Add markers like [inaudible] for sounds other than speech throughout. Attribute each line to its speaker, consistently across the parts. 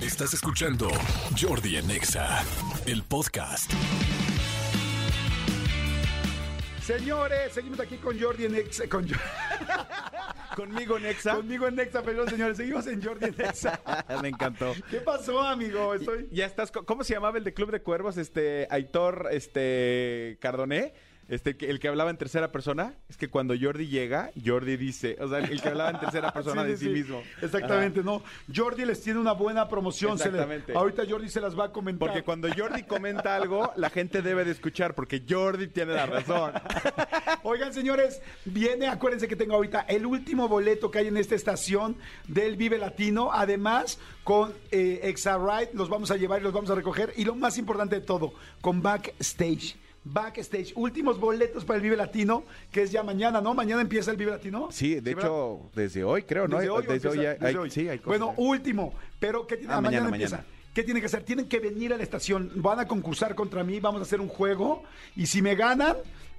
Speaker 1: Estás escuchando Jordi en Exa, el podcast.
Speaker 2: Señores, seguimos aquí con Jordi en Exa. Con Jo-
Speaker 3: Conmigo [laughs] Nexa.
Speaker 2: conmigo en Exa, perdón, señores. Seguimos en Jordi en
Speaker 3: [laughs]
Speaker 2: Exa.
Speaker 3: Ah, Me encantó.
Speaker 2: ¿Qué pasó, amigo? Estoy.
Speaker 3: Ya estás, co- ¿cómo se llamaba el de Club de Cuervos? Este, Aitor, este, Cardoné, este, que- el que hablaba en tercera persona. Es que cuando Jordi llega, Jordi dice, o sea, el que hablaba en tercera persona
Speaker 2: Sí,
Speaker 3: de
Speaker 2: sí,
Speaker 3: sí,
Speaker 2: sí.
Speaker 3: mismo.
Speaker 2: Exactamente, no. Jordi les tiene una buena promoción. se le-
Speaker 3: Exactamente.
Speaker 2: ahorita Jordi se las va a comentar.
Speaker 3: Porque cuando Jordi comenta algo, la gente debe de escuchar, porque Jordi tiene la razón.
Speaker 2: Oigan, señores, viene, acuérdense que tengo ahorita el último boleto que hay en esta estación del Vive Latino. Además, con eh, Exaride los vamos a llevar y los vamos a recoger. Y lo más importante de todo, con Backstage. Backstage, últimos boletos para el Vive Latino, que es ya mañana, ¿no? Mañana empieza el Vive Latino.
Speaker 3: Sí, de
Speaker 2: ¿verdad?
Speaker 3: hecho, desde hoy creo, ¿no?
Speaker 2: Desde hoy,
Speaker 3: Desde
Speaker 2: o
Speaker 3: hoy
Speaker 2: empieza-
Speaker 3: hay-
Speaker 2: desde
Speaker 3: hay-
Speaker 2: hoy.
Speaker 3: sí, hay cosas.
Speaker 2: Bueno, último, pero ¿qué tiene,
Speaker 3: Ah,
Speaker 2: ah, mañana,
Speaker 3: mañana,
Speaker 2: empieza.
Speaker 3: mañana.
Speaker 2: ¿Qué tienen que hacer? Tienen que venir a la estación, van a concursar contra mí, vamos a hacer un juego y si me ganan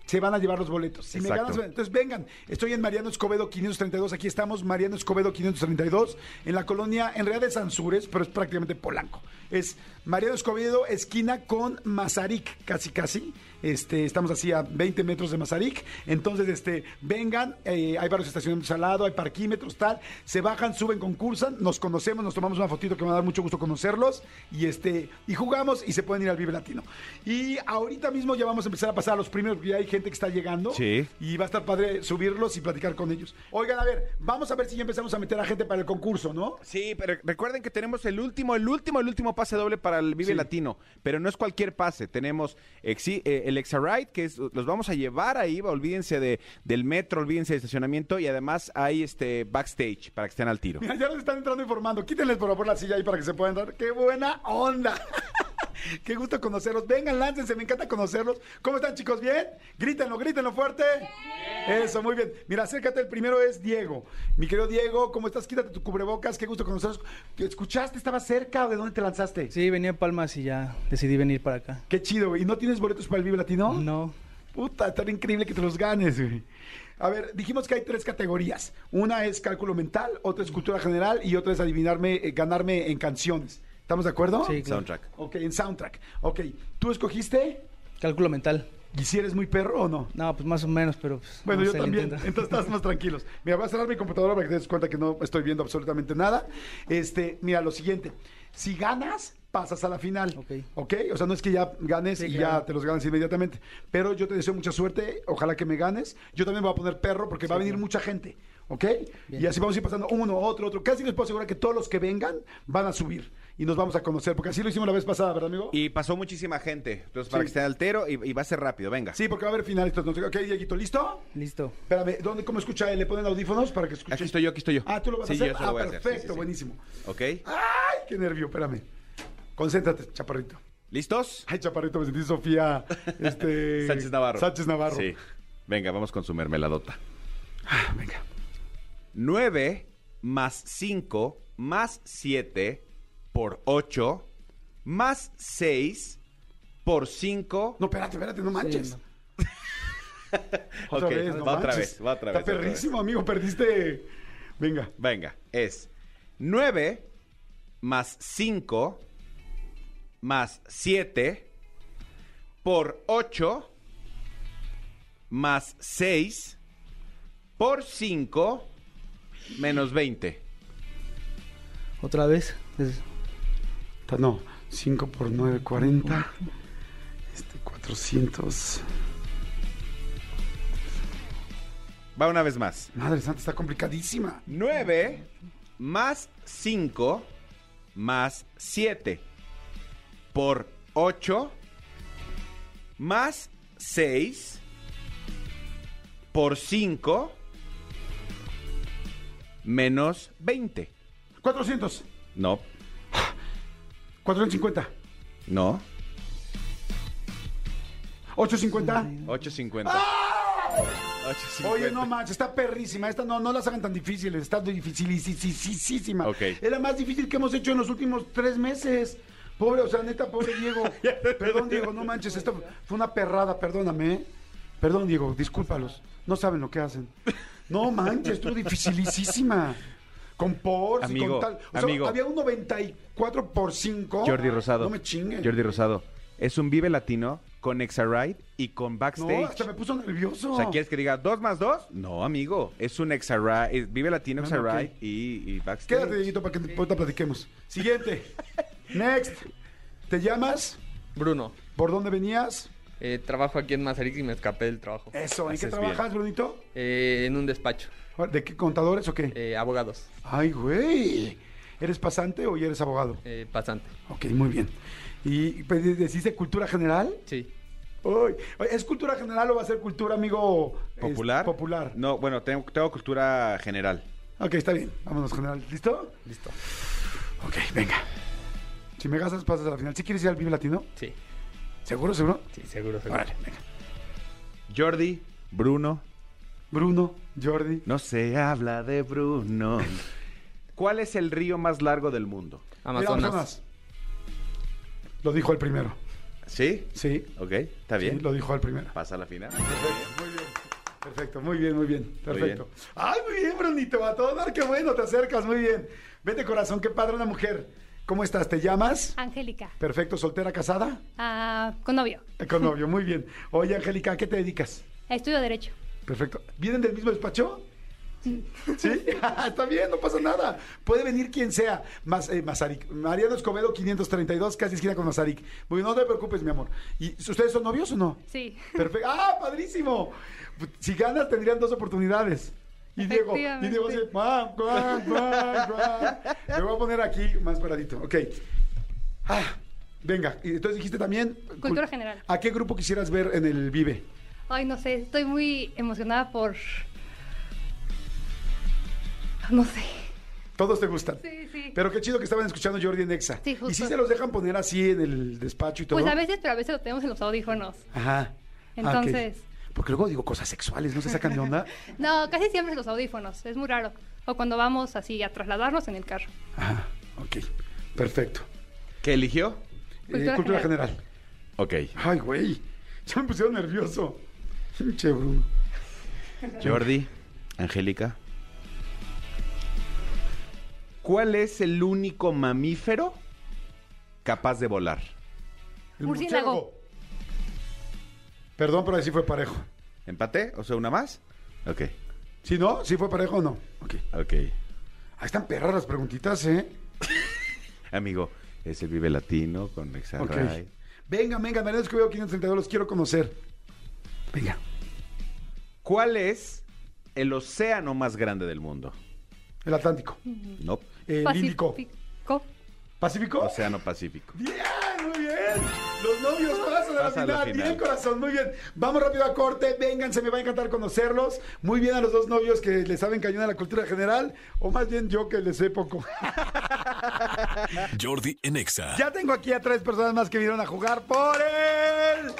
Speaker 2: se van a llevar los boletos. Si me
Speaker 3: Exacto.
Speaker 2: ganan, se van- entonces vengan. Estoy en Mariano Escobedo 532, aquí estamos, Mariano Escobedo 532, en la colonia, en realidad es Sansures, pero es prácticamente Polanco. Es Mariano Escobedo, esquina con Mazarik, casi casi. Este, estamos así a 20 metros de Mazarik. Entonces, este, vengan, eh, hay varios estacionamientos al lado, hay parquímetros, tal. Se bajan, suben, concursan, nos conocemos, nos tomamos una fotito que me va a dar mucho gusto conocerlos. Y este, y jugamos y se pueden ir al Vive Latino. Y ahorita mismo ya vamos a empezar a pasar a los primeros, porque ya hay gente que está llegando.
Speaker 3: Sí.
Speaker 2: Y va a estar padre subirlos y platicar con ellos. Oigan, a ver, vamos a ver si ya empezamos a meter a gente para el concurso, ¿no?
Speaker 3: Sí, pero recuerden que tenemos el último, el último, el último pase doble para el Vive
Speaker 2: Sí.
Speaker 3: Latino. Pero no es cualquier pase. Tenemos exi- eh, el Exaride, que es, los vamos a llevar ahí. Olvídense de, del metro, olvídense del estacionamiento. Y además hay este backstage para que estén al tiro.
Speaker 2: Mira, ya nos están entrando informando. Quítenles por favor la silla ahí para que se puedan dar. ¡Qué buena onda! [laughs] Qué gusto conocerlos. Vengan, láncense, me encanta conocerlos. ¿Cómo están, chicos? ¿Bien? Grítenlo, grítenlo fuerte. Eso, muy bien. Mira, acércate, el primero es Diego. Mi querido Diego, ¿cómo estás? Quítate tu cubrebocas, qué gusto conocerlos. ¿Te ¿Escuchaste? ¿Estaba cerca o de dónde te lanzaste?
Speaker 4: Sí, venía a Palmas y ya decidí venir para acá.
Speaker 2: Qué chido, güey. ¿Y no tienes boletos para el Vive Latino?
Speaker 4: No,
Speaker 2: Puta, tan increíble que te los ganes, güey. A ver, dijimos que hay tres categorías. Una es cálculo mental, otra es cultura general y otra es adivinarme, eh, ganarme en canciones. ¿Estamos de acuerdo?
Speaker 4: Sí.
Speaker 3: Soundtrack.
Speaker 2: Ok, en soundtrack. Ok, ¿tú escogiste?
Speaker 4: cálculo mental.
Speaker 2: ¿Y si eres muy perro o no?
Speaker 4: No, pues más o menos, pero pues,
Speaker 2: Bueno,
Speaker 4: no
Speaker 2: yo
Speaker 4: sé, le
Speaker 2: también.
Speaker 4: intento.
Speaker 2: Entonces estás más tranquilos. Mira, voy a cerrar mi computadora para que te des cuenta que no estoy viendo absolutamente nada. Este, mira, lo siguiente. Si ganas, pasas a la final.
Speaker 4: Ok.
Speaker 2: Ok. O sea, no es que ya ganes
Speaker 4: Sí,
Speaker 2: y
Speaker 4: claro.
Speaker 2: ya te los ganas inmediatamente. Pero yo te deseo mucha suerte. Ojalá que me ganes. Yo también voy a poner perro porque va a venir mucha gente. ¿Ok? Y así vamos a ir pasando uno, otro, otro. Casi les puedo asegurar que todos los que vengan van a subir y nos vamos a conocer. Porque así lo hicimos la vez pasada, ¿verdad, amigo?
Speaker 3: Y pasó muchísima gente. Entonces, para
Speaker 2: Sí.
Speaker 3: que estén al tiro y, y va a ser rápido. Venga.
Speaker 2: Sí, porque va a haber finales. entonces, Ok, Dieguito, ¿listo?
Speaker 4: [laughs] Listo.
Speaker 2: Espérame, ¿dónde, ¿cómo escucha él? ¿Le ponen audífonos para que escuche?
Speaker 3: Aquí estoy yo, aquí estoy yo.
Speaker 2: Ah, tú lo vas
Speaker 3: Sí,
Speaker 2: a hacer.
Speaker 3: yo se lo
Speaker 2: ah,
Speaker 3: voy a hacer,
Speaker 2: perfecto,
Speaker 3: sí, sí, sí.
Speaker 2: buenísimo.
Speaker 3: ¿Ok?
Speaker 2: ¡Ay, qué nervio! Espérame. Concéntrate, chaparrito.
Speaker 3: ¿Listos?
Speaker 2: Ay, chaparrito, me sentí
Speaker 3: [laughs]
Speaker 2: Sofía. Este...
Speaker 3: Sánchez Navarro.
Speaker 2: Sánchez Navarro.
Speaker 3: Sí. Venga, vamos con su mermeladota.
Speaker 2: Ah, venga.
Speaker 3: 9 más 5 más 7 por 8 más 6 por 5.
Speaker 2: No, espérate, espérate, no manches.
Speaker 4: no.
Speaker 2: Otra vez, no
Speaker 3: va otra
Speaker 2: manches.
Speaker 3: vez, va otra
Speaker 2: Está
Speaker 3: vez. otra vez.
Speaker 2: perrísimo, amigo, perdiste. Venga.
Speaker 3: Venga, es 9 más 5 más 7 por 8 más 6 por 5 menos 20.
Speaker 4: Otra vez. Es-
Speaker 2: Ta- No, 5 por 9, 40. Este, 400.
Speaker 3: Va una vez más.
Speaker 2: Madre santa, está complicadísima.
Speaker 3: 9 más 5 más 7 por 8 más 6 por 5 menos 20.
Speaker 2: 400.
Speaker 3: No,
Speaker 2: 450.
Speaker 3: no.
Speaker 2: 850.
Speaker 3: 8.50. 8.50.
Speaker 2: Oye, no manches, está perrísima. Esta no, no las hagan tan difíciles, está dificilísima.
Speaker 3: Ok.
Speaker 2: Es la más difícil que hemos hecho en los últimos tres meses. Pobre, o sea, neta, pobre
Speaker 3: [laughs]
Speaker 2: Diego. Perdón, Diego, no manches, esto fue una perrada, perdóname. ¿eh? Perdón, Diego, discúlpalos. No saben lo que hacen. No manches, estuvo dificilísima. con por y con
Speaker 3: Amigo,
Speaker 2: tal. O sea,
Speaker 3: amigo.
Speaker 2: había un 94 por 5.
Speaker 3: Jordi Rosado.
Speaker 2: No me chinguen.
Speaker 3: Jordi Rosado. Es un Vive Latino con Exaride y con
Speaker 2: No,
Speaker 3: Backstage.
Speaker 2: hasta me puso nervioso.
Speaker 3: O sea, ¿quieres que diga dos más dos? No, amigo. Es un Exaride. es Vive Latino,
Speaker 2: Ah,
Speaker 3: Exaride
Speaker 2: ok.
Speaker 3: y, y Backstage.
Speaker 2: Quédate, Dieguito, para que te- ahorita platiquemos. Siguiente. [laughs] Next. ¿Te llamas?
Speaker 5: Bruno,
Speaker 2: ¿Por dónde venías?
Speaker 5: eh, trabajo aquí en Mazarik y me escapé del trabajo.
Speaker 2: Eso, ¿en qué
Speaker 3: Haces
Speaker 2: trabajas, Brunito?
Speaker 5: Eh, en un despacho,
Speaker 2: ¿De qué contadores o qué?
Speaker 5: eh, abogados,
Speaker 2: Ay, güey. ¿Eres pasante o ya eres abogado?
Speaker 5: eh, pasante.
Speaker 2: Ok, muy bien. ¿Y pues, deciste cultura general?
Speaker 5: Sí,
Speaker 2: Uy, ¿Es cultura general o va a ser cultura, amigo? es,
Speaker 3: ¿Popular?
Speaker 2: popular.
Speaker 3: No, bueno, tengo, tengo cultura general.
Speaker 2: Ok, está bien. Vámonos, general. ¿Listo?
Speaker 5: listo.
Speaker 2: Ok, venga. Si me gastas, pasas a la final. ¿Sí quieres ir al Vive Latino?
Speaker 5: Sí,
Speaker 2: ¿Seguro, seguro?
Speaker 5: sí, seguro. seguro.
Speaker 2: Órale, venga.
Speaker 3: Jordi, Bruno.
Speaker 2: Bruno, Jordi.
Speaker 3: No se habla
Speaker 2: [laughs]
Speaker 3: de Bruno. ¿Cuál es el río más largo del mundo?
Speaker 5: Amazonas.
Speaker 2: Mira, Amazonas. Lo dijo el primero.
Speaker 3: ¿Sí?
Speaker 2: Sí.
Speaker 3: Ok, está
Speaker 2: Sí,
Speaker 3: bien. Ah,
Speaker 2: lo dijo el primero.
Speaker 3: Pasa a la final.
Speaker 2: Perfecto, muy bien. Perfecto, muy bien, muy bien. Perfecto.
Speaker 3: bien.
Speaker 2: Ay, muy bien, Brunito. A todo dar, qué bueno, te acercas, muy bien. Vete, corazón, qué padre una mujer. ¿Cómo estás? ¿Te llamas?
Speaker 6: Angélica,
Speaker 2: Perfecto, soltera, casada,
Speaker 6: ah, con novio.
Speaker 2: Eh, con novio, muy bien. Oye, Angélica, ¿a qué te dedicas?
Speaker 6: Estudio Derecho.
Speaker 2: Perfecto. ¿Vienen del mismo despacho?
Speaker 6: [laughs]
Speaker 2: Sí, [laughs] está bien, no pasa nada. Puede venir quien sea. Mas, eh, Mazarik. Mariano Escobedo 532, casi esquina con Mazarik. Muy bien, no te preocupes, mi amor. ¿Y ustedes son novios o no?
Speaker 6: Sí. [laughs]
Speaker 2: Perfecto. ¡Ah, padrísimo! Pues, Si ganas, tendrían dos oportunidades. Y Diego, y Diego así,
Speaker 6: Efectivamente.
Speaker 2: guau, guau, guau, guau. Me voy a poner aquí más paradito. Ok. Ah, venga, y entonces dijiste también...
Speaker 6: Cultura
Speaker 2: cul-
Speaker 6: general.
Speaker 2: ¿A qué grupo quisieras ver en el Vive?
Speaker 6: Ay, no sé, estoy muy emocionada por... No sé.
Speaker 2: Todos te gustan.
Speaker 6: Sí, sí.
Speaker 2: Pero qué chido que estaban escuchando Jordi en Exa.
Speaker 6: Sí, justo.
Speaker 2: ¿Y si se los dejan poner así en el despacho y todo?
Speaker 6: pues a veces, pero a veces lo tenemos en los audífonos.
Speaker 2: Ajá. Ah, ok.
Speaker 6: Entonces...
Speaker 2: Porque luego digo cosas sexuales, ¿no se sacan de
Speaker 6: [laughs]
Speaker 2: onda?
Speaker 6: No, casi siempre en los audífonos. Es muy raro. O cuando vamos así a trasladarnos en el carro.
Speaker 2: Ajá, ok. Perfecto. Eh,
Speaker 3: ¿Qué eligió?
Speaker 6: Cultura
Speaker 2: cultura
Speaker 6: general.
Speaker 2: general.
Speaker 3: Ok.
Speaker 2: Ay, güey. Ya me pusieron nervioso. Pinche Bruno.
Speaker 3: Jordi, Angélica. ¿Cuál es el único mamífero capaz de volar?
Speaker 2: El
Speaker 6: Murciélago.
Speaker 2: murciélago. Perdón, pero ahí sí fue parejo.
Speaker 3: ¿Empate? ¿O sea, una más? Ok,
Speaker 2: ¿Sí no? ¿Sí fue parejo o no? Ok.
Speaker 3: ok.
Speaker 2: Ahí están perras las preguntitas, ¿eh?
Speaker 3: Amigo, es el Vive Latino con Exarray.
Speaker 2: Ok. Venga, venga, Mariano Escobedo 532, los quiero conocer. Venga.
Speaker 3: ¿Cuál es el océano más grande del mundo?
Speaker 2: El Atlántico.
Speaker 3: No,
Speaker 2: Eh, El Índico.
Speaker 6: Pacífico.
Speaker 2: ¿Pacífico?
Speaker 3: océano Pacífico.
Speaker 2: Bien, muy bien. Los novios pasan a la,
Speaker 3: Pasa a
Speaker 2: final.
Speaker 3: la final.
Speaker 2: Bien, corazón, muy bien. Vamos rápido a corte. Vénganse, me va a encantar conocerlos. Muy bien a los dos novios que les saben cañón a la cultura general. O más bien yo que les sé poco. [laughs]
Speaker 1: Jordi en Exa.
Speaker 2: Ya tengo aquí a tres personas más que vinieron a jugar por el,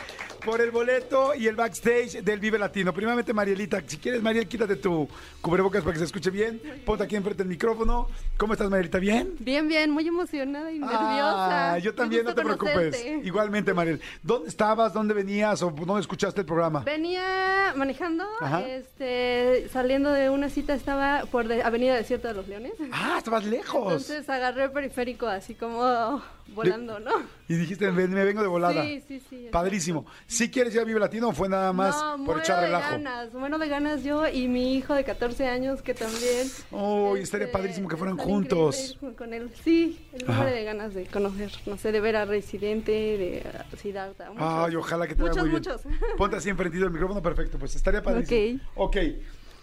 Speaker 2: por el boleto y el backstage del Vive Latino. Primeramente, Marielita, si quieres, Mariel, quítate tu cubrebocas para que se escuche bien. Ponte aquí enfrente del micrófono. ¿Cómo estás, Marielita? ¿Bien?
Speaker 7: Bien, bien, muy emocionada y
Speaker 2: Ah,
Speaker 7: nerviosa.
Speaker 2: yo
Speaker 7: Qué
Speaker 2: también, no
Speaker 7: gusto
Speaker 2: te preocupes.
Speaker 7: conocerte.
Speaker 2: Igualmente, Mariel. ¿Dónde estabas? ¿Dónde venías? ¿O dónde escuchaste el programa?
Speaker 7: Venía manejando,
Speaker 2: Ajá.
Speaker 7: este, saliendo de una cita, estaba por de- Avenida Desierto de los Leones.
Speaker 2: Ah, estabas lejos.
Speaker 7: Entonces agarré el periférico así como volando, ¿no?
Speaker 2: Y dijiste, "Ven, me vengo de volada.
Speaker 7: Sí, sí, sí.
Speaker 2: Padrísimo. ¿Sí quieres ir a Vive Latino o fue nada más por
Speaker 7: No, muero
Speaker 2: echar
Speaker 7: de
Speaker 2: relajo?
Speaker 7: ganas, bueno de ganas yo y mi hijo de 14 años que también. Este,
Speaker 2: Oh, estaría padrísimo que fueran juntos.
Speaker 7: increíble ir Con él, sí, el
Speaker 2: Ajá.
Speaker 7: hombre de ganas de conocer, no sé, de ver a Residente, de a Siddhartha. muchos.
Speaker 2: Ay, ojalá que te vaya
Speaker 7: Muchos,
Speaker 2: muy bien.
Speaker 7: muchos. [laughs]
Speaker 2: Ponte así enfrentito del micrófono, perfecto. Pues estaría padrísimo. Ok.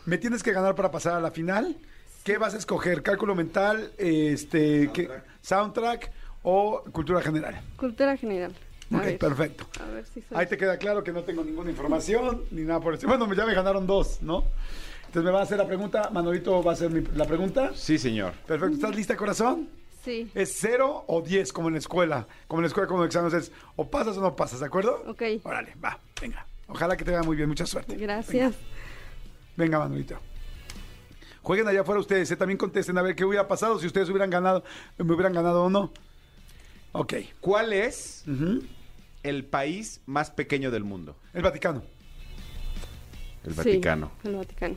Speaker 2: Me tienes que ganar para pasar a la final. ¿Qué vas a escoger? ¿Cálculo mental? Este, soundtrack, soundtrack o cultura general?
Speaker 7: Cultura general. A
Speaker 2: Ok,
Speaker 7: ver,
Speaker 2: perfecto.
Speaker 7: A ver si soy.
Speaker 2: Ahí te queda claro que no tengo ninguna información ni nada por eso. Bueno, ya me ganaron dos, ¿no? Entonces me va a hacer la pregunta. Manolito va a hacer mi- la pregunta.
Speaker 3: Sí, señor.
Speaker 2: Perfecto. ¿Estás lista, corazón?
Speaker 7: Sí.
Speaker 2: Es cero o diez, como en la escuela. Como en la escuela, como en los exámenes es o pasas o no pasas, ¿de acuerdo?
Speaker 7: Ok.
Speaker 2: Órale, va, venga. Ojalá que te vaya muy bien, mucha suerte.
Speaker 7: Gracias.
Speaker 2: Venga, Manuelito. Jueguen allá afuera ustedes, ¿eh? también contesten a ver qué hubiera pasado si ustedes hubieran ganado, me hubieran ganado o no. Ok.
Speaker 3: ¿Cuál es
Speaker 2: Ujú.
Speaker 3: el país más pequeño del mundo?
Speaker 2: El Vaticano.
Speaker 3: El
Speaker 2: [laughs]
Speaker 7: Sí,
Speaker 3: Vaticano.
Speaker 7: el Vaticano.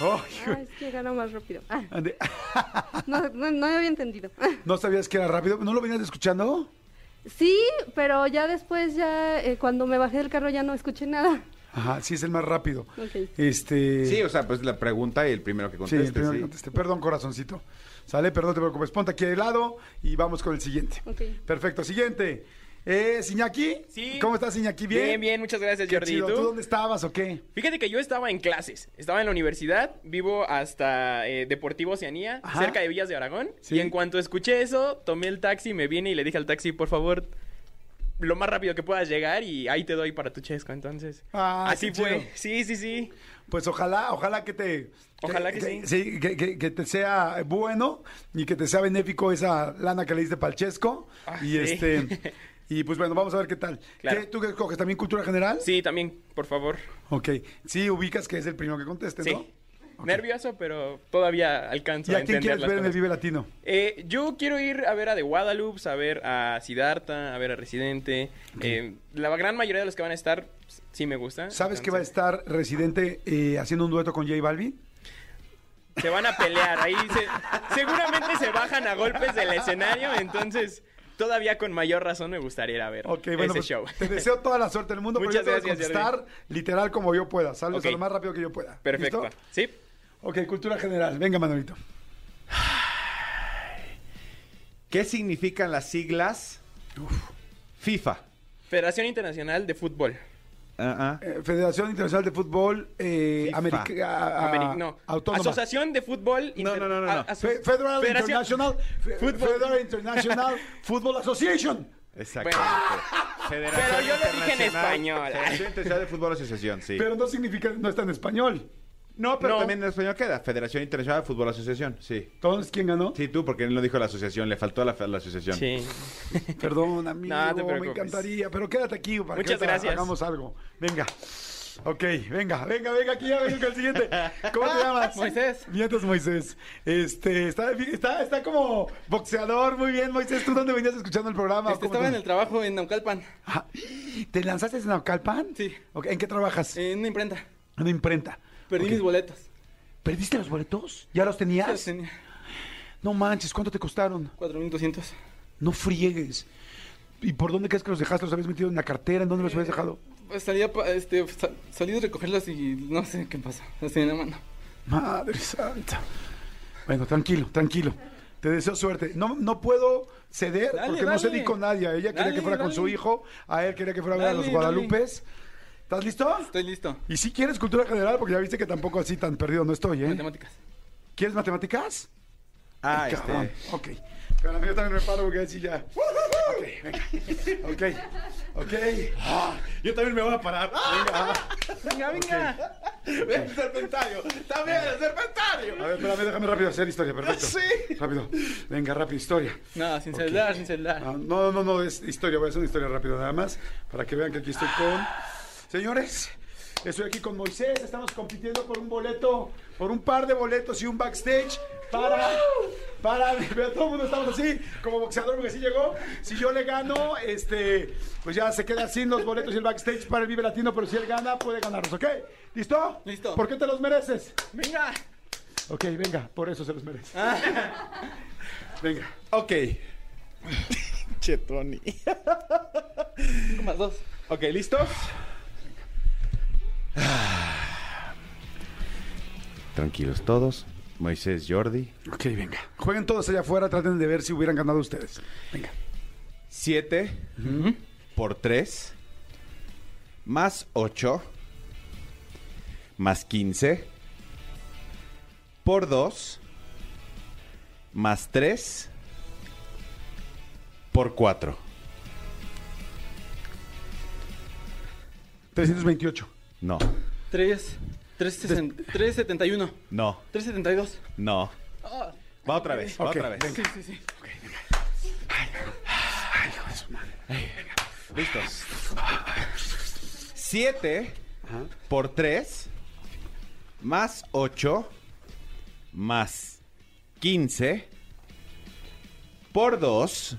Speaker 7: Ah, es que gano más rápido. Ah,
Speaker 2: Ande-
Speaker 7: no, no, no había entendido. [laughs]
Speaker 2: ¿No sabías que era rápido? ¿No lo venías escuchando?
Speaker 7: Sí, pero ya después, ya eh, cuando me bajé del carro ya no escuché nada.
Speaker 2: Ajá, sí, es el más rápido.
Speaker 7: Ok.
Speaker 2: Este...
Speaker 3: Sí, o sea, pues la pregunta y el primero que
Speaker 2: Sí,
Speaker 3: conteste.
Speaker 2: el primero que
Speaker 3: sí.
Speaker 2: conteste. Perdón, corazoncito. Sale, perdón, te preocupes. Ponte aquí de lado y vamos con el siguiente.
Speaker 7: Ok.
Speaker 2: Perfecto, siguiente. Eh, ¿Iñaki?
Speaker 8: Sí.
Speaker 2: ¿Cómo estás, Iñaki? ¿Bien?
Speaker 8: Bien, bien, muchas gracias,
Speaker 2: Qué
Speaker 8: Jordi. ¿Y
Speaker 2: chido.
Speaker 8: tú?
Speaker 2: ¿Tú dónde estabas o qué?
Speaker 8: Fíjate que yo estaba en clases, estaba en la universidad, vivo hasta eh, Deportivo Oceanía,
Speaker 2: Ajá.
Speaker 8: cerca de Villas de Aragón.
Speaker 2: Sí.
Speaker 8: Y en cuanto escuché eso, tomé el taxi, me vine y le dije al taxi, por favor, lo más rápido que puedas llegar y ahí te doy para tu chesco, entonces.
Speaker 2: Ah,
Speaker 8: Así
Speaker 2: qué
Speaker 8: fue.
Speaker 2: chido.
Speaker 8: Sí, sí, sí.
Speaker 2: Pues ojalá, ojalá que te...
Speaker 8: Ojalá que sí.
Speaker 2: Sí, que, que- que te sea bueno y que te sea benéfico esa lana que le diste para el Chesco.
Speaker 8: Ah,
Speaker 2: y
Speaker 8: sí. [laughs]
Speaker 2: este... Y pues bueno, vamos a ver qué tal.
Speaker 8: Claro.
Speaker 2: ¿Qué- ¿Tú qué escoges? ¿También cultura general?
Speaker 8: Sí, también, por favor.
Speaker 2: Ok. Sí, ubicas que es el primero que conteste,
Speaker 8: Sí.
Speaker 2: ¿no?
Speaker 8: Nervioso, pero todavía alcanzo
Speaker 2: ¿Y
Speaker 8: a
Speaker 2: a quién
Speaker 8: entender
Speaker 2: quieres
Speaker 8: las
Speaker 2: ver en el
Speaker 8: cosas.
Speaker 2: Vive Latino?
Speaker 8: Eh, yo quiero ir a ver a The Guadalupe, a ver a Siddhartha, a ver a Residente. Eh, la gran mayoría de los que van a estar s- sí me gusta.
Speaker 2: ¿Sabes que va a estar Residente eh, haciendo un dueto con J Balvin?
Speaker 8: Se van a pelear, ahí se- seguramente se bajan a golpes del escenario, entonces todavía con mayor razón me gustaría ir a ver
Speaker 2: Ok, bueno,
Speaker 8: ese
Speaker 2: pues,
Speaker 8: show.
Speaker 2: te
Speaker 8: [laughs]
Speaker 2: deseo toda la suerte del mundo, pero yo
Speaker 8: Muchas
Speaker 2: te voy a
Speaker 8: gracias,
Speaker 2: contestar literal como yo pueda, ¿sabes? O sea,
Speaker 8: Ok.
Speaker 2: lo más rápido que yo pueda.
Speaker 8: Perfecto.
Speaker 2: ¿Listo?
Speaker 8: Sí.
Speaker 2: Ok, cultura general. Venga, Manolito.
Speaker 3: ¿Qué significan las siglas FIFA?
Speaker 8: Federación Internacional de Fútbol.
Speaker 3: Ah, ah.
Speaker 2: Eh, Federación Internacional de Fútbol eh,
Speaker 3: FIFA.
Speaker 2: América, a- a-
Speaker 8: Ameri- no.
Speaker 2: ah, Autónoma.
Speaker 8: Asociación de Fútbol Inter-
Speaker 3: no, no, no,
Speaker 8: a-
Speaker 3: no.
Speaker 8: aso-
Speaker 2: Fe- Federal
Speaker 8: Federación-
Speaker 2: International Fe-
Speaker 8: Fútbol.
Speaker 2: Federal
Speaker 8: [laughs]
Speaker 2: International Football Association.
Speaker 3: Exactamente. Federación
Speaker 8: Pero yo lo dije en
Speaker 3: Internacional-
Speaker 8: español.
Speaker 3: Federación Internacional de Fútbol Asociación, sí.
Speaker 2: Pero no significa, no está en español.
Speaker 3: no, pero
Speaker 8: No.
Speaker 3: también en español queda. Federación Internacional de Fútbol Asociación, sí.
Speaker 2: Entonces, ¿quién ganó?
Speaker 3: Sí, tú, porque él no dijo la asociación, le faltó a la, a la asociación.
Speaker 8: Sí.
Speaker 2: Ah, Perdón, amigo,
Speaker 8: No, te
Speaker 2: me
Speaker 8: preocupes.
Speaker 2: encantaría, pero quédate aquí para que
Speaker 8: Muchas
Speaker 2: ahorita
Speaker 8: gracias.
Speaker 2: hagamos algo. Venga. Ok, venga, venga, venga, aquí ya vengo con el siguiente. ¿Cómo te llamas?
Speaker 8: [laughs] Moisés.
Speaker 2: Mientras Moisés. Este, está, está, está como boxeador, muy bien, Moisés. ¿Tú dónde venías escuchando el programa?
Speaker 5: Este,
Speaker 2: ¿Cómo
Speaker 5: estaba
Speaker 2: te-
Speaker 5: en el trabajo en Naucalpan,
Speaker 2: Ah, ¿Te lanzaste en Naucalpan?
Speaker 5: Sí.
Speaker 2: Ok, ¿En qué trabajas?
Speaker 5: en una imprenta.
Speaker 2: En una imprenta.
Speaker 5: Perdí
Speaker 2: Ok.
Speaker 5: mis boletas.
Speaker 2: ¿Perdiste los boletos? ¿Ya los tenías?
Speaker 5: Ya tenía
Speaker 2: No manches, ¿cuánto te costaron?
Speaker 5: 4.200.
Speaker 2: No friegues. ¿Y por dónde crees que los dejaste? ¿Los habías metido en la cartera? ¿En dónde
Speaker 8: Eh,
Speaker 2: los habías dejado?
Speaker 5: Pues salí a, pa- este, sa- salí a recogerlas y no sé qué pasa. Las tenía en la mano.
Speaker 2: Madre santa. Bueno, tranquilo, tranquilo. Te deseo suerte. No, no puedo ceder
Speaker 5: Dale,
Speaker 2: porque no
Speaker 5: dale.
Speaker 2: cedí con nadie. Ella quería
Speaker 5: Dale,
Speaker 2: que fuera con
Speaker 5: dale.
Speaker 2: su hijo, a él quería que fuera a ver a
Speaker 5: Dale,
Speaker 2: los
Speaker 5: dale.
Speaker 2: Guadalupes. ¿Estás listo?
Speaker 5: Estoy listo.
Speaker 2: Y si quieres cultura general, porque ya viste que tampoco así tan perdido no estoy, ¿eh?
Speaker 5: Matemáticas.
Speaker 2: ¿Quieres matemáticas?
Speaker 3: Ah,
Speaker 2: Ay,
Speaker 3: este.
Speaker 2: cabrón. Ok. Pero yo también me paro porque así ya. Ok, venga. Ok. Ok. Ah, yo también me voy a parar. Ah.
Speaker 8: Venga, venga.
Speaker 3: ¡Ve el serpentario! ¡Está bien el serpentario!
Speaker 2: A ver, espérame, déjame rápido hacer historia,
Speaker 5: Ah,
Speaker 2: perfecto. Sí. Rápido. Venga, rápido, historia.
Speaker 5: No, sin celular, sin celular.
Speaker 2: Ah, No, no, no, es historia, voy a hacer una historia rápida nada más, para que vean que aquí estoy con... Señores, estoy aquí con Moisés, estamos compitiendo por un boleto, por un par de boletos y un backstage para... Para, [laughs] pero todo el mundo estamos así, como boxeador, porque así llegó. Si yo le gano, este, pues ya se queda sin los boletos y el backstage para el Vive Latino, pero si él gana, puede ganarlos, ¿ok? ¿Listo?
Speaker 5: Listo.
Speaker 2: ¿Por qué te los mereces?
Speaker 8: Venga.
Speaker 2: Ok, venga, por eso se los merece. Venga.
Speaker 3: Ah. Ok,
Speaker 5: 5 más 2.
Speaker 3: ok, ¿listos? Tranquilos todos. Moisés Jordi.
Speaker 2: Ok, venga. Jueguen todos allá afuera, traten de ver si hubieran ganado ustedes. Venga.
Speaker 3: 7 por 3 más 8 más 15 por 2 más 3 por 4.
Speaker 2: 328.
Speaker 3: No,
Speaker 5: 3. 371.
Speaker 3: no,
Speaker 5: 372.
Speaker 3: no. Va otra vez, va
Speaker 2: Ok,
Speaker 3: otra vez.
Speaker 2: venga.
Speaker 5: Oh. Sí, sí.
Speaker 3: Listos. 7 por 3 más 8 más 15 por 2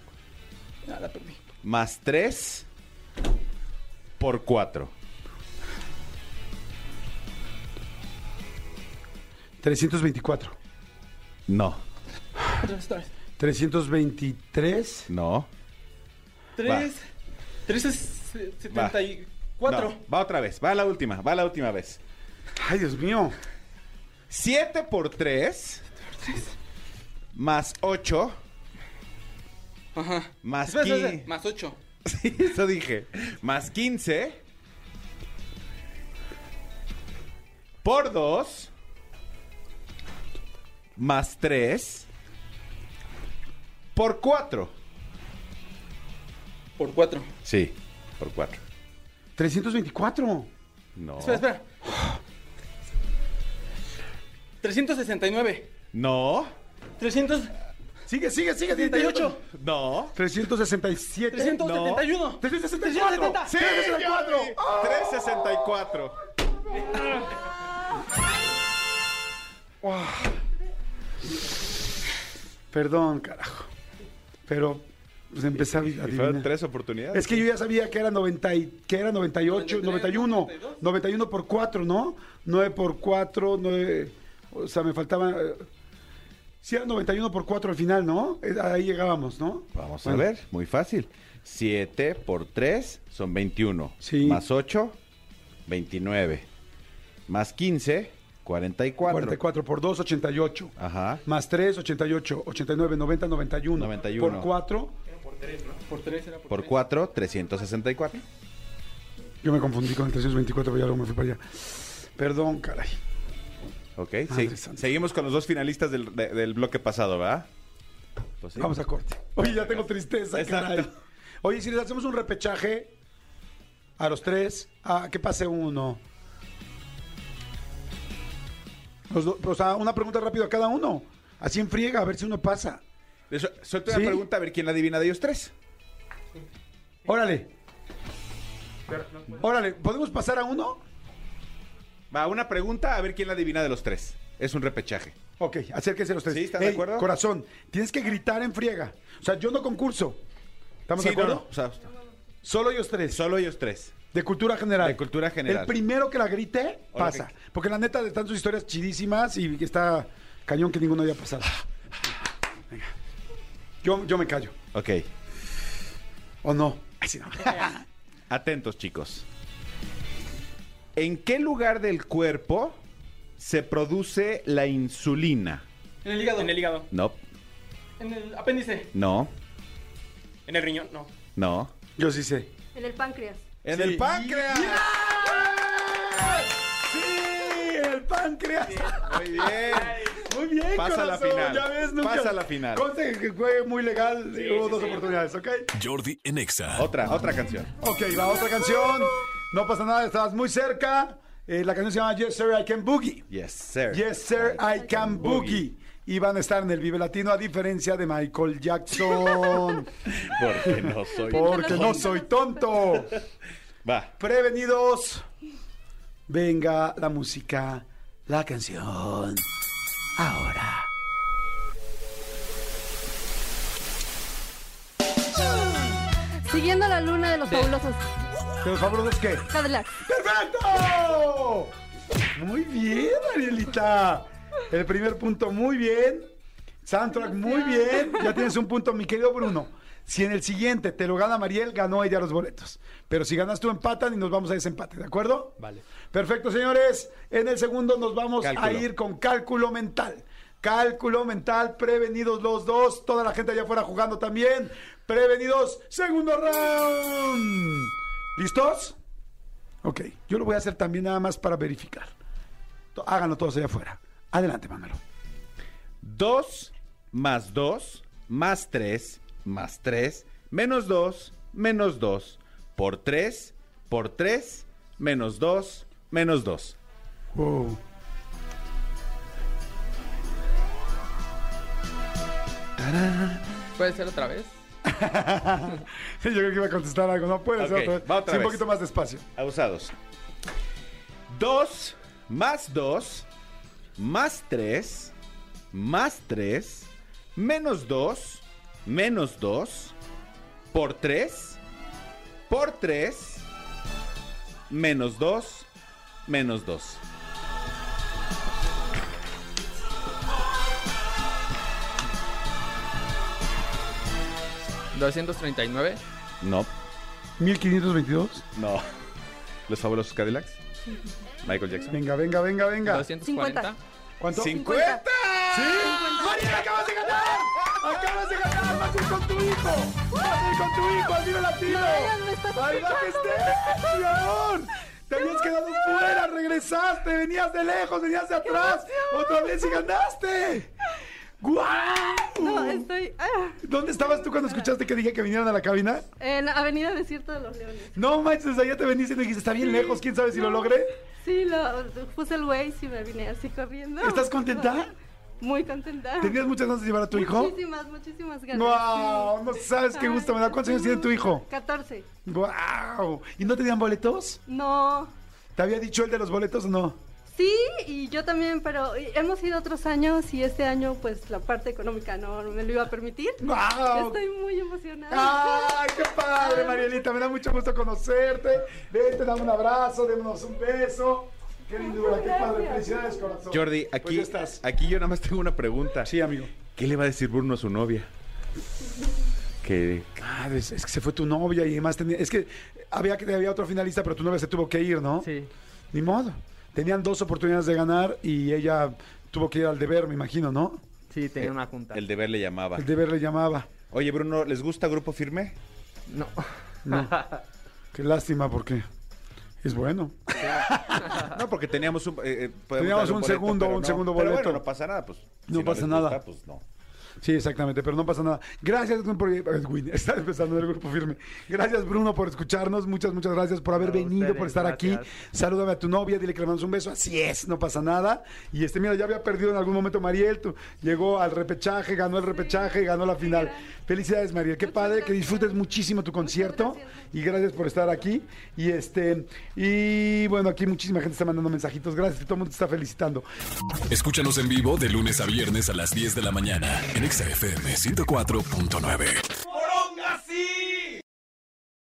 Speaker 5: Nada, perdí.
Speaker 3: más 3 por 4.
Speaker 2: 324.
Speaker 3: No,
Speaker 5: Tres, tres.
Speaker 2: 323.
Speaker 3: no.
Speaker 5: Tres. Tres es se- setenta y cuatro.
Speaker 3: No, va otra vez, va la última, va la última vez.
Speaker 2: Ay, Dios mío.
Speaker 3: 7 por 3 más 8
Speaker 5: Ajá.
Speaker 3: más
Speaker 5: Espera, espera, espera.
Speaker 3: 15.
Speaker 5: Más ocho.
Speaker 3: Sí, eso dije. Más 15 por 2 más 3 por 4.
Speaker 5: Por cuatro.
Speaker 3: Sí, por 4.
Speaker 2: 324.
Speaker 3: No.
Speaker 5: Espera, espera. 369.
Speaker 3: No.
Speaker 5: 300.
Speaker 2: Sigue, sigue, sigue.
Speaker 5: 78.
Speaker 3: No.
Speaker 2: 367.
Speaker 5: 371.
Speaker 2: 364.
Speaker 5: 370.
Speaker 3: ¡Sí,
Speaker 2: 364.
Speaker 5: Oh.
Speaker 3: 364.
Speaker 2: Perdón, carajo. Pero pues empecé a
Speaker 3: Y fueron
Speaker 2: adivinar.
Speaker 3: tres oportunidades.
Speaker 2: Es que yo ya sabía que era 90 y- que era 98,
Speaker 5: 93,
Speaker 2: 91,
Speaker 5: 92.
Speaker 2: 91 por 4, ¿no? 9 por 4, 9, o sea, me faltaba si era 91 por 4 al final, ¿no? Eh, Ahí llegábamos, ¿no?
Speaker 3: Vamos
Speaker 2: Bueno,
Speaker 3: a ver, muy fácil. 7 por 3 son 21.
Speaker 2: Sí.
Speaker 3: Más 8, 29. Más 15, 44.
Speaker 2: 44 por 2, 88.
Speaker 3: Ajá.
Speaker 2: Más 3, 88, 89, 90, 91.
Speaker 3: 91.
Speaker 2: Por 4,
Speaker 5: Por 3 era por,
Speaker 3: Por
Speaker 5: tres.
Speaker 3: 4, 364.
Speaker 2: yo me confundí con el 324, pero ya luego me fui para allá. Perdón, caray.
Speaker 3: Ok,
Speaker 2: Madre
Speaker 3: sí.
Speaker 2: santa.
Speaker 3: seguimos con los dos finalistas del, de- del bloque pasado, ¿verdad? Pues sí.
Speaker 2: Vamos a corte. Oye, ya tengo tristeza,
Speaker 3: Exacto.
Speaker 2: caray. Oye, si les hacemos un repechaje a los tres, a que pase uno. Los do- o sea, una pregunta rápido a cada uno. Así en friega, a ver si uno pasa.
Speaker 3: Eso- Suelto una
Speaker 2: Sí.
Speaker 3: pregunta a ver quién la adivina de ellos tres.
Speaker 2: Órale. Órale, ¿podemos pasar a uno?
Speaker 3: Va, una pregunta a ver quién la adivina de los tres. Es un repechaje.
Speaker 2: Ok, acérquense los tres.
Speaker 3: Sí, ¿están de
Speaker 2: Ey,
Speaker 3: acuerdo?
Speaker 2: Corazón, tienes que gritar en friega. O sea, yo no concurso. ¿Estamos
Speaker 3: Sí,
Speaker 2: de
Speaker 3: no,
Speaker 2: acuerdo?
Speaker 3: no, o sea,
Speaker 2: Solo ellos tres.
Speaker 3: solo ellos tres.
Speaker 2: De cultura general.
Speaker 3: De cultura general.
Speaker 2: El primero que la grite
Speaker 3: O la
Speaker 2: pasa.
Speaker 3: que-
Speaker 2: Porque la neta están sus historias chidísimas y está cañón que ninguno haya pasado. Venga. Yo, yo me callo.
Speaker 3: Ok.
Speaker 2: ¿O no? Ay,
Speaker 3: [laughs]
Speaker 2: sí, no.
Speaker 3: Atentos, chicos. ¿En qué lugar del cuerpo se produce la insulina?
Speaker 5: En el hígado.
Speaker 8: En el hígado.
Speaker 3: No,
Speaker 5: En el apéndice.
Speaker 3: no,
Speaker 8: En el riñón, no.
Speaker 3: no.
Speaker 2: Yo sí sé.
Speaker 7: En el páncreas.
Speaker 3: ¡En
Speaker 2: Sí.
Speaker 3: el páncreas!
Speaker 2: ¡Sí! ¡El páncreas!
Speaker 3: Muy bien.
Speaker 2: Muy bien,
Speaker 3: Pasa
Speaker 2: corazón.
Speaker 3: la final.
Speaker 2: Ya ves, nunca-
Speaker 3: Pasa la final.
Speaker 2: Conste que fue muy legal. eh, Hubo
Speaker 8: sí,
Speaker 2: dos
Speaker 8: sí.
Speaker 2: oportunidades, ¿ok?
Speaker 1: Jordi en Exa.
Speaker 3: Otra, otra canción.
Speaker 2: Ok, va otra canción. No pasa nada, estabas muy cerca. Eh, la canción se llama Yes, Sir, I Can Boogie.
Speaker 3: Yes, sir.
Speaker 2: Yes, sir, I can boogie. Y van a estar en el Vive Latino, a diferencia de Michael Jackson.
Speaker 3: Porque no soy.
Speaker 2: Porque no soy tonto.
Speaker 3: Va.
Speaker 2: Prevenidos. Venga la música, la canción. Ahora.
Speaker 7: Siguiendo la luna de los fabulosos
Speaker 2: ¿De los fabulosos qué?
Speaker 7: Cadillacs.
Speaker 2: ¡Perfecto! Muy bien, Arielita. El primer punto, muy bien. Soundtrack, muy bien. Ya tienes un punto, mi querido Bruno. Si en el siguiente te lo gana Mariel, ganó ella los boletos. Pero si ganas tú, empatan y nos vamos a desempate, ¿de acuerdo? Vale. Perfecto, señores. En el segundo nos vamos a
Speaker 3: Cálculo.
Speaker 2: ir con cálculo mental. Cálculo mental, prevenidos los dos. Toda la gente allá afuera jugando también. Prevenidos, segundo round. ¿Listos? Ok, yo lo voy a hacer también nada más para verificar. To- Háganlo todos allá afuera. Adelante, Manolo.
Speaker 3: Dos más dos más tres más tres menos dos menos dos por tres por tres menos dos menos dos.
Speaker 2: Wow.
Speaker 5: ¿Puede ser otra vez?
Speaker 2: [laughs] Yo creo que iba a contestar algo, no puede ser
Speaker 3: Ok,
Speaker 2: otra vez.
Speaker 3: va otra
Speaker 2: Sí, un
Speaker 3: vez.
Speaker 2: poquito más despacio.
Speaker 3: Abusados. 2 más 2 más 3 más 3 menos 2 menos 2 por 3 por 3 menos 2 menos 2.
Speaker 9: 239.
Speaker 3: No,
Speaker 2: 1522.
Speaker 3: no. [laughs] Los fabulosos Cadillacs. Michael Jackson.
Speaker 2: Venga, venga, venga, venga.
Speaker 9: 240.
Speaker 2: ¿Cuánto?
Speaker 3: ¡50!
Speaker 2: ¡María, acabas de ganar! ¡Acabas de ganar! ¡Vas a ir con tu hijo! ¡Vas a ir con tu hijo! ¡Al Vive latino!
Speaker 7: Marian, me estás
Speaker 2: ¡Ay, la que esté! ¡Mi amor! ¡Te habías quedado fuera! ¡Regresaste! ¡Venías de lejos! ¡Venías de atrás! ¡Otra vez y ganaste! ¡Guau!
Speaker 7: No, estoy ah,
Speaker 2: ¿Dónde estabas tú cuando escuchaste que dije que vinieran a la cabina?
Speaker 7: en la Avenida Desierto de los Leones.
Speaker 2: No manches, desde allá te veniste y dijiste, está bien lejos, quién sabe si lo logré.
Speaker 7: Sí, lo, puse el Waze y me vine así corriendo.
Speaker 2: ¿Estás contenta?
Speaker 7: Muy contenta.
Speaker 2: ¿Tenías muchas ganas de llevar a tu hijo?
Speaker 7: Muchísimas, muchísimas ganas.
Speaker 2: ¡Guau!
Speaker 7: sí.
Speaker 2: No sabes qué gusto me da. ¿Cuántos años tiene tu hijo?
Speaker 7: 14.
Speaker 2: ¡Guau! ¿Y no te dan boletos?
Speaker 7: No.
Speaker 2: ¿Te había dicho el de los boletos o no?
Speaker 7: Sí, y yo también, pero hemos ido otros años y este año pues la parte económica no me lo iba a permitir.
Speaker 2: ¡Guau!
Speaker 7: Estoy muy emocionada.
Speaker 2: ¡Ay, qué padre, Marielita! Me da mucho gusto conocerte. Vente, dame un abrazo, démonos un beso. ¡Qué lindura, qué padre! ¡Felicidades, corazón!
Speaker 3: Jordi,
Speaker 2: Pues
Speaker 3: aquí,
Speaker 2: ya estás.
Speaker 3: aquí yo nada más tengo una pregunta.
Speaker 2: Sí, amigo.
Speaker 3: ¿Qué le va a decir Bruno a su
Speaker 2: [laughs]
Speaker 3: novia? Que
Speaker 2: Ah, es, es que se fue tu novia y además tenía... Es que había, que- había otro finalista, pero tu novia se tuvo que ir, ¿no?
Speaker 9: Sí.
Speaker 2: Ni modo. Tenían dos oportunidades de ganar y ella tuvo que ir al deber, me imagino, ¿no?
Speaker 9: Sí, tenía una junta.
Speaker 3: el deber le llamaba.
Speaker 2: El deber le llamaba.
Speaker 3: Oye, Bruno, ¿les gusta Grupo Firme?
Speaker 9: No.
Speaker 2: No. Qué lástima porque es bueno.
Speaker 3: No, porque teníamos un... eh, eh, podemos
Speaker 2: Teníamos
Speaker 3: darle
Speaker 2: un
Speaker 3: boleto,
Speaker 2: segundo,
Speaker 3: pero
Speaker 2: un
Speaker 3: no.
Speaker 2: segundo
Speaker 3: Pero
Speaker 2: boleto.
Speaker 3: bueno, no pasa nada, pues.
Speaker 2: No
Speaker 3: les
Speaker 2: pasa nada.
Speaker 3: pues no.
Speaker 2: Sí, exactamente, pero no pasa nada. Gracias por Edwin, [laughs] está empezando el grupo firme. Gracias Bruno por escucharnos, muchas muchas gracias por haber
Speaker 9: A
Speaker 2: venido,
Speaker 9: ustedes,
Speaker 2: por estar aquí.
Speaker 9: gracias.
Speaker 2: Salúdame a tu novia, dile que le mandamos un beso. Así es, no pasa nada. Y este mira, ya había perdido en algún momento Mariel, tú- llegó al repechaje, ganó el repechaje, ganó la final. Felicidades Mariel, qué
Speaker 7: Muchas
Speaker 2: padre, que
Speaker 7: gracias.
Speaker 2: disfrutes muchísimo tu concierto
Speaker 7: gracias.
Speaker 2: y gracias por estar aquí. Y este y bueno, aquí muchísima gente está mandando mensajitos. Gracias, todo el mundo te está felicitando.
Speaker 1: Escúchanos en vivo de lunes a viernes a las 10 de la mañana en Exa FM 104.9.